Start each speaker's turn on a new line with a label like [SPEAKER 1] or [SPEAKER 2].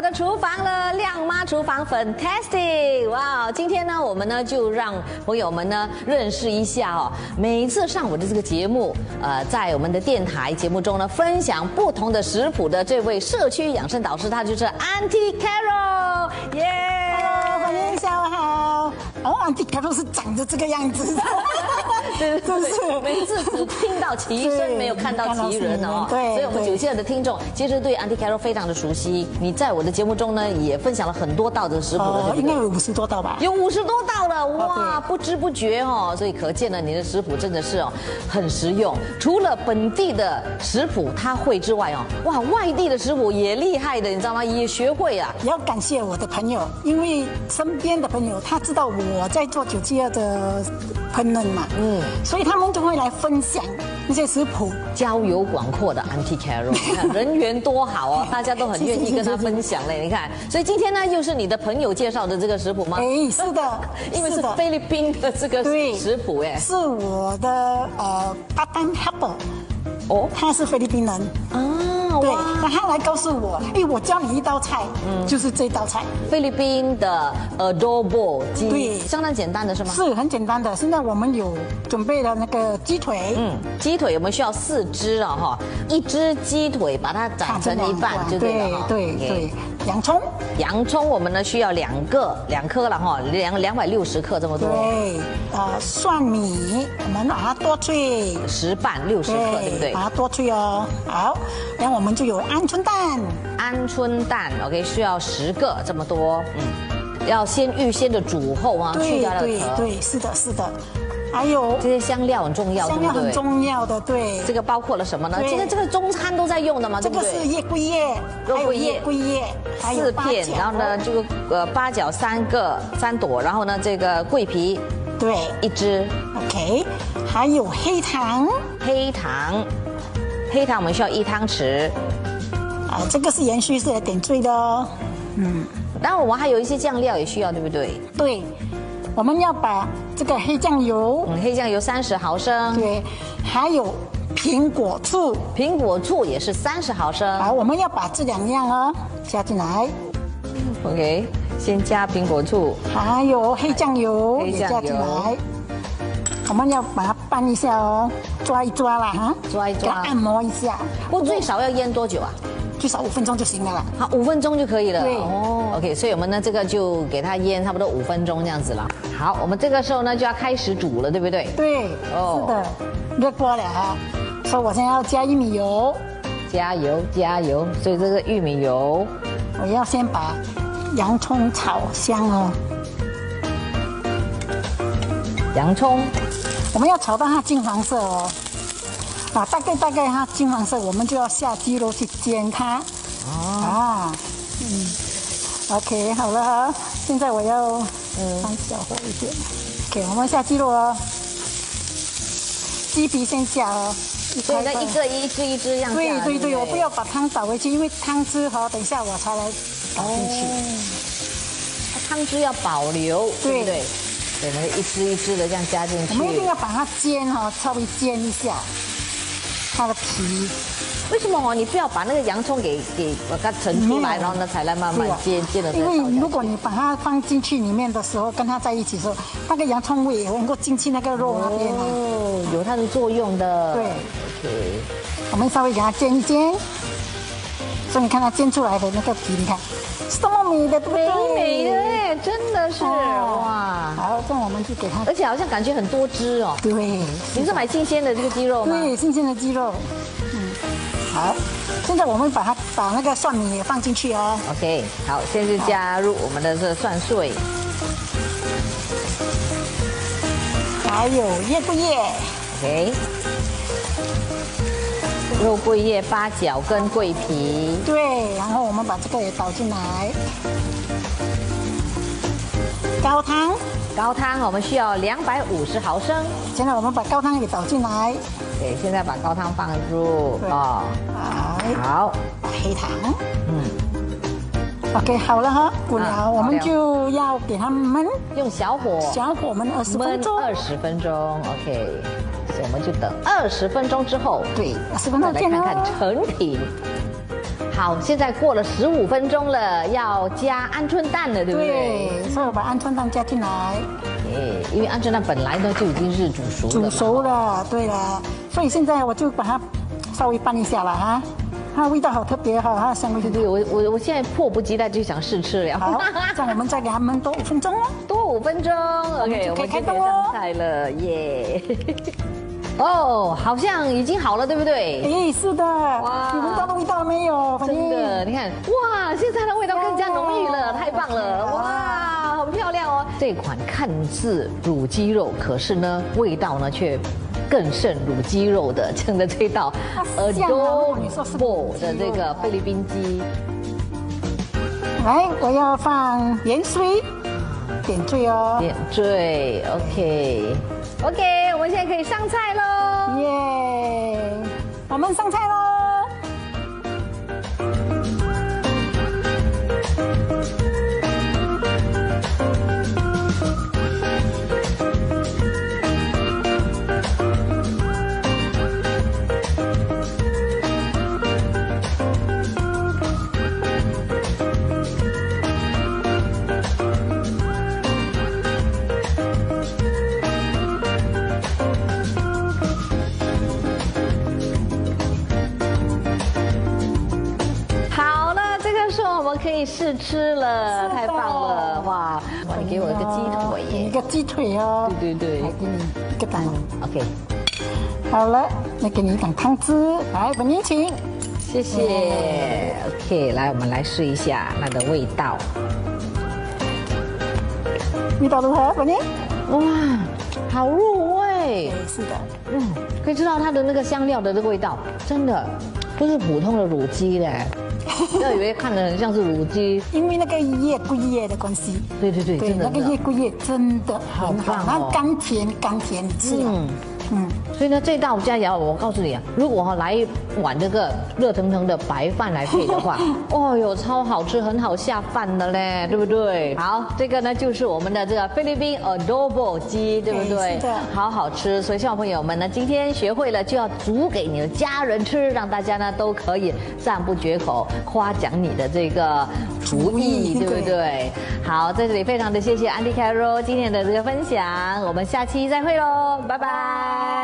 [SPEAKER 1] 的厨房了，亮妈厨房 fantastic！哇，今天呢，我们呢就让朋友们呢认识一下哦。每次上我的这个节目，呃，在我们的电台节目中呢，分享不同的食谱的这位社区养生导师，她就是 Auntie Carol，耶、
[SPEAKER 2] Hello，黄燕下午好。哦，安迪卡都是长着这个样子，
[SPEAKER 1] 对对对，
[SPEAKER 2] 是
[SPEAKER 1] 每次只听到其声，
[SPEAKER 2] 对
[SPEAKER 1] 没有看到其人哦。
[SPEAKER 2] 看到其人对
[SPEAKER 1] 所以我们
[SPEAKER 2] 对
[SPEAKER 1] 九七二的听众其实对 Anti Carol 非常的熟悉。你在我的节目中呢，也分享了很多道的食谱了，
[SPEAKER 2] 哦，
[SPEAKER 1] 对
[SPEAKER 2] 应
[SPEAKER 1] 不
[SPEAKER 2] 该
[SPEAKER 1] 对？
[SPEAKER 2] 有五十多道吧？
[SPEAKER 1] 有五十多道了，哇，
[SPEAKER 2] 哦
[SPEAKER 1] 不知不觉哦，所以可见呢，你的食谱真的是哦很实用。除了本地的食谱他会之外哦，哇，外地的食谱也厉害的，你知道吗？也学会啊。
[SPEAKER 2] 也要感谢我的朋友，因为身边的朋友他知道我在做九七二的烹饪嘛，嗯，所以他们就会来分享一些食谱。
[SPEAKER 1] 交友广阔的 Auntie Carol，你 看人缘多好哦，大家都很愿意跟她分享嘞。你看，所以今天呢，又是你的朋友介绍的这个食谱吗？，
[SPEAKER 2] 哎，是的
[SPEAKER 1] 因为是
[SPEAKER 2] 的
[SPEAKER 1] 菲律宾的这个
[SPEAKER 2] 对
[SPEAKER 1] 食谱哎，
[SPEAKER 2] 是我的呃巴丹 h a b e r
[SPEAKER 1] 哦
[SPEAKER 2] 他是菲律宾人，
[SPEAKER 1] 啊，
[SPEAKER 2] 对
[SPEAKER 1] 哇，
[SPEAKER 2] 那他来告诉我，哎，我教你一道菜，就是这道菜，
[SPEAKER 1] 菲律宾的 adobo 鸡，
[SPEAKER 2] 对
[SPEAKER 1] 相当简单的是吗？
[SPEAKER 2] 是很简单的。现在我们有准备了那个鸡腿，嗯。
[SPEAKER 1] 嗯，鸡腿我们需要四只了哈，一只鸡腿把它斩成一半就对了哈。
[SPEAKER 2] 啊对
[SPEAKER 1] OK
[SPEAKER 2] 对，洋葱，
[SPEAKER 1] 洋葱我们呢需要两个两颗了哈，两两百六十克这么多。
[SPEAKER 2] 对，呃，蒜米，我们把它剁碎，
[SPEAKER 1] 十瓣六十克，对不对
[SPEAKER 2] 把？它剁碎哦。好，然后我们就有鹌鹑蛋，
[SPEAKER 1] 鹌鹑蛋，OK，需要十个这么多，嗯，要先预先的煮后啊，去
[SPEAKER 2] 对
[SPEAKER 1] 掉那
[SPEAKER 2] 对
[SPEAKER 1] 个壳。
[SPEAKER 2] 对，是的，是的，还有
[SPEAKER 1] 这些香料很重要，
[SPEAKER 2] 香
[SPEAKER 1] 对
[SPEAKER 2] 料
[SPEAKER 1] 不对？
[SPEAKER 2] 很重要的，对
[SPEAKER 1] 这，个包括了什么呢？
[SPEAKER 2] 对
[SPEAKER 1] 这个这个中餐都在用的嘛，
[SPEAKER 2] 这
[SPEAKER 1] 对不
[SPEAKER 2] 个
[SPEAKER 1] 对？
[SPEAKER 2] 是叶桂叶，
[SPEAKER 1] 肉
[SPEAKER 2] 还有
[SPEAKER 1] 桂叶
[SPEAKER 2] 叶桂叶，还有
[SPEAKER 1] 四
[SPEAKER 2] 八
[SPEAKER 1] 片，
[SPEAKER 2] 角
[SPEAKER 1] 然后呢，，这个呃八角三个三朵，然后呢这个桂皮
[SPEAKER 2] 对
[SPEAKER 1] 一只，
[SPEAKER 2] ，OK，还有黑糖，
[SPEAKER 1] 黑糖，黑糖我们需要一汤匙，
[SPEAKER 2] 啊，这个是延续是来点缀的哦。
[SPEAKER 1] 然后我们还有一些酱料也需要，对不对？
[SPEAKER 2] 对，我们要把这个黑酱油，
[SPEAKER 1] 嗯，黑酱油三十毫升，
[SPEAKER 2] 对，还有苹果醋，
[SPEAKER 1] 苹果醋也是三十毫升。
[SPEAKER 2] 啊，我们要把这两样哦加进来，
[SPEAKER 1] OK，先加苹果醋，
[SPEAKER 2] 还有黑酱油
[SPEAKER 1] 黑
[SPEAKER 2] 也
[SPEAKER 1] 酱油
[SPEAKER 2] 加进来，我们要把它拌一下哦，抓一抓啦哈，
[SPEAKER 1] 抓一抓
[SPEAKER 2] 给它按摩一下，
[SPEAKER 1] 不过最少要腌多久啊？
[SPEAKER 2] 最少五分钟就行了啦。
[SPEAKER 1] 好，五分钟就可以了。
[SPEAKER 2] 对
[SPEAKER 1] 哦，OK，所以我们呢这个就给它腌差不多五分钟这样子了。好，我们这个时候呢就要开始煮了，对不对？
[SPEAKER 2] 对，
[SPEAKER 1] 哦
[SPEAKER 2] 是的，热锅了哈，所以我现在要加玉米油，
[SPEAKER 1] 加油加油！所以这个玉米油，
[SPEAKER 2] 我要先把洋葱炒香哦，
[SPEAKER 1] 洋葱，
[SPEAKER 2] 我们要炒到它金黄色哦，啊，大概大概它金黄色，我们就要下鸡肉去煎它。啊，嗯，OK，好了哈，现在我要放小火一点。OK，我们下鸡肉哦，鸡皮先下哦，一
[SPEAKER 1] 所
[SPEAKER 2] 块
[SPEAKER 1] 以呢
[SPEAKER 2] 块
[SPEAKER 1] 一。个一只一只这样下。
[SPEAKER 2] 对对
[SPEAKER 1] 不
[SPEAKER 2] 对，我不要把汤倒回去，因为汤汁哈，等一下我才来倒进去。
[SPEAKER 1] 哦汤汁要保留，
[SPEAKER 2] 对
[SPEAKER 1] 对不对？对，那个一只一只的这样加进
[SPEAKER 2] 我
[SPEAKER 1] 去。
[SPEAKER 2] 们一定要把它煎哈，稍微煎一下它的皮。
[SPEAKER 1] 为什么哦？你不要把那个洋葱给给把它盛出来，
[SPEAKER 2] 没有
[SPEAKER 1] 然后呢才来慢慢
[SPEAKER 2] 对啊
[SPEAKER 1] 煎，煎了再
[SPEAKER 2] 因
[SPEAKER 1] 倒
[SPEAKER 2] 为
[SPEAKER 1] 下
[SPEAKER 2] 如果你把它放进去里面的时候，跟它在一起的时候，那个洋葱味也能够进去那个肉那边啊。
[SPEAKER 1] 哦，有它的作用的。
[SPEAKER 2] 对
[SPEAKER 1] ，OK，
[SPEAKER 2] 我们稍微给它煎一煎，所以你看它煎出来的那个皮，你看是多么美的，对不对？
[SPEAKER 1] 美美的。耶，真的是
[SPEAKER 2] 哦
[SPEAKER 1] 哇！
[SPEAKER 2] 好，这样我们就给它
[SPEAKER 1] 而且好像感觉很多汁哦。
[SPEAKER 2] 对
[SPEAKER 1] 你是买新鲜的这个鸡肉吗？
[SPEAKER 2] 啊对新鲜的鸡肉。嗯，好，现在我们把它把那个蒜米也放进去哦。
[SPEAKER 1] OK，好，现在就加入我们的这个蒜碎，
[SPEAKER 2] 还有叶哎不叶，
[SPEAKER 1] OK，肉桂叶、八角跟桂皮，
[SPEAKER 2] 对，然后我们把这个也倒进来，高汤。
[SPEAKER 1] 高汤我们需要两百五十毫升。
[SPEAKER 2] 现在我们把高汤给倒进来，
[SPEAKER 1] 对，现在把高汤放入
[SPEAKER 2] 对
[SPEAKER 1] 哦，
[SPEAKER 2] 好，
[SPEAKER 1] 好，
[SPEAKER 2] 黑哎糖
[SPEAKER 1] 嗯，
[SPEAKER 2] ，OK，好了哈，滚了，
[SPEAKER 1] 啊好了
[SPEAKER 2] 我们就要给它焖，
[SPEAKER 1] 用小火
[SPEAKER 2] 小火焖二十分
[SPEAKER 1] 焖
[SPEAKER 2] 钟，
[SPEAKER 1] 二十分钟，OK，所以我们就等二十分钟之后，
[SPEAKER 2] 对，二十分
[SPEAKER 1] 再
[SPEAKER 2] 钟
[SPEAKER 1] 来
[SPEAKER 2] 见
[SPEAKER 1] 看
[SPEAKER 2] 喽。
[SPEAKER 1] 看成品。好，现在过了十五分钟了，要加鹌鹑蛋了，对不对？
[SPEAKER 2] 对，所以我把鹌鹑蛋加进来，
[SPEAKER 1] 对，因为鹌鹑蛋本来呢就已经是煮熟了嘛
[SPEAKER 2] 煮熟。了，对了，所以现在我就把它稍微拌一下了哈，它味道好特别哈，它的香味很
[SPEAKER 1] 对，我我我现在迫不及待就想试吃了。
[SPEAKER 2] 好，这样我们再给它焖多五分钟哦喽。
[SPEAKER 1] 多五分钟，OK，
[SPEAKER 2] 就
[SPEAKER 1] 我
[SPEAKER 2] 可以
[SPEAKER 1] 们
[SPEAKER 2] 开
[SPEAKER 1] 今
[SPEAKER 2] 动
[SPEAKER 1] 天
[SPEAKER 2] 咯
[SPEAKER 1] 上菜了，耶！哦，好像已经好了，对不对？
[SPEAKER 2] 诶，是的，
[SPEAKER 1] 哇
[SPEAKER 2] 你闻到的味道了没有？反
[SPEAKER 1] 真
[SPEAKER 2] 正
[SPEAKER 1] 的，你看，哇，现在的味道更加浓郁了，
[SPEAKER 2] 哦
[SPEAKER 1] 太棒了，
[SPEAKER 2] 好
[SPEAKER 1] 哇，好漂亮哦！这款看似卤鸡肉，可是呢，味道呢却。更胜卤鸡肉的这样的这道
[SPEAKER 2] 它像啊如果你说是
[SPEAKER 1] adobo
[SPEAKER 2] 卤鸡
[SPEAKER 1] 的
[SPEAKER 2] 肉
[SPEAKER 1] 这个
[SPEAKER 2] 的话
[SPEAKER 1] 菲律宾鸡，
[SPEAKER 2] 来，我要放盐水，点缀哦。
[SPEAKER 1] 点缀，OK OK，我们现在可以上菜喽。
[SPEAKER 2] 耶！我们上菜喽！
[SPEAKER 1] 好了，这个时候我们可以试吃了，
[SPEAKER 2] 是的
[SPEAKER 1] 太棒了，哇！哇，你给我一个鸡腿
[SPEAKER 2] 嗯给你一
[SPEAKER 1] 耶
[SPEAKER 2] 个鸡腿哦。
[SPEAKER 1] 对对对
[SPEAKER 2] 来给你一个蛋。
[SPEAKER 1] ，OK，
[SPEAKER 2] 好了，来给你一点汤汁。来，本妮请。
[SPEAKER 1] 谢谢，OK，来我们来试一下它的味道，
[SPEAKER 2] 味道如何？本妮？
[SPEAKER 1] 哇，好入味，
[SPEAKER 2] 是的。
[SPEAKER 1] 嗯，可以吃到它的那个香料的这个味道，真的不是普通的卤鸡 嘞，不要以为看着很像是卤鸡，
[SPEAKER 2] 因为那个叶归叶的关系。
[SPEAKER 1] 对对对，
[SPEAKER 2] 对，
[SPEAKER 1] 真的
[SPEAKER 2] 那个
[SPEAKER 1] 真的
[SPEAKER 2] 叶归叶真的很
[SPEAKER 1] 好棒
[SPEAKER 2] 好，
[SPEAKER 1] 哦
[SPEAKER 2] 那甘甜甘甜，是啊。
[SPEAKER 1] 嗯。
[SPEAKER 2] 嗯，
[SPEAKER 1] 所以呢，这道佳肴我告诉你啊，如果哈、来一碗这个热腾腾的白饭来配的 话，哦哟，超好吃，很好下饭的嘞，对不对？好，这个呢就是我们的这个菲律宾 adobo 鸡，对不对？
[SPEAKER 2] 对是的
[SPEAKER 1] 好好吃。所以，小朋友们呢，今天学会了就要煮给你的家人吃，让大家呢都可以赞不绝口，夸奖你的这个厨
[SPEAKER 2] 厨
[SPEAKER 1] 艺，
[SPEAKER 2] 艺
[SPEAKER 1] 对不
[SPEAKER 2] 对
[SPEAKER 1] 对？好，在这里非常的谢谢安迪凯罗今天的这个分享，我们下期再会喽，拜拜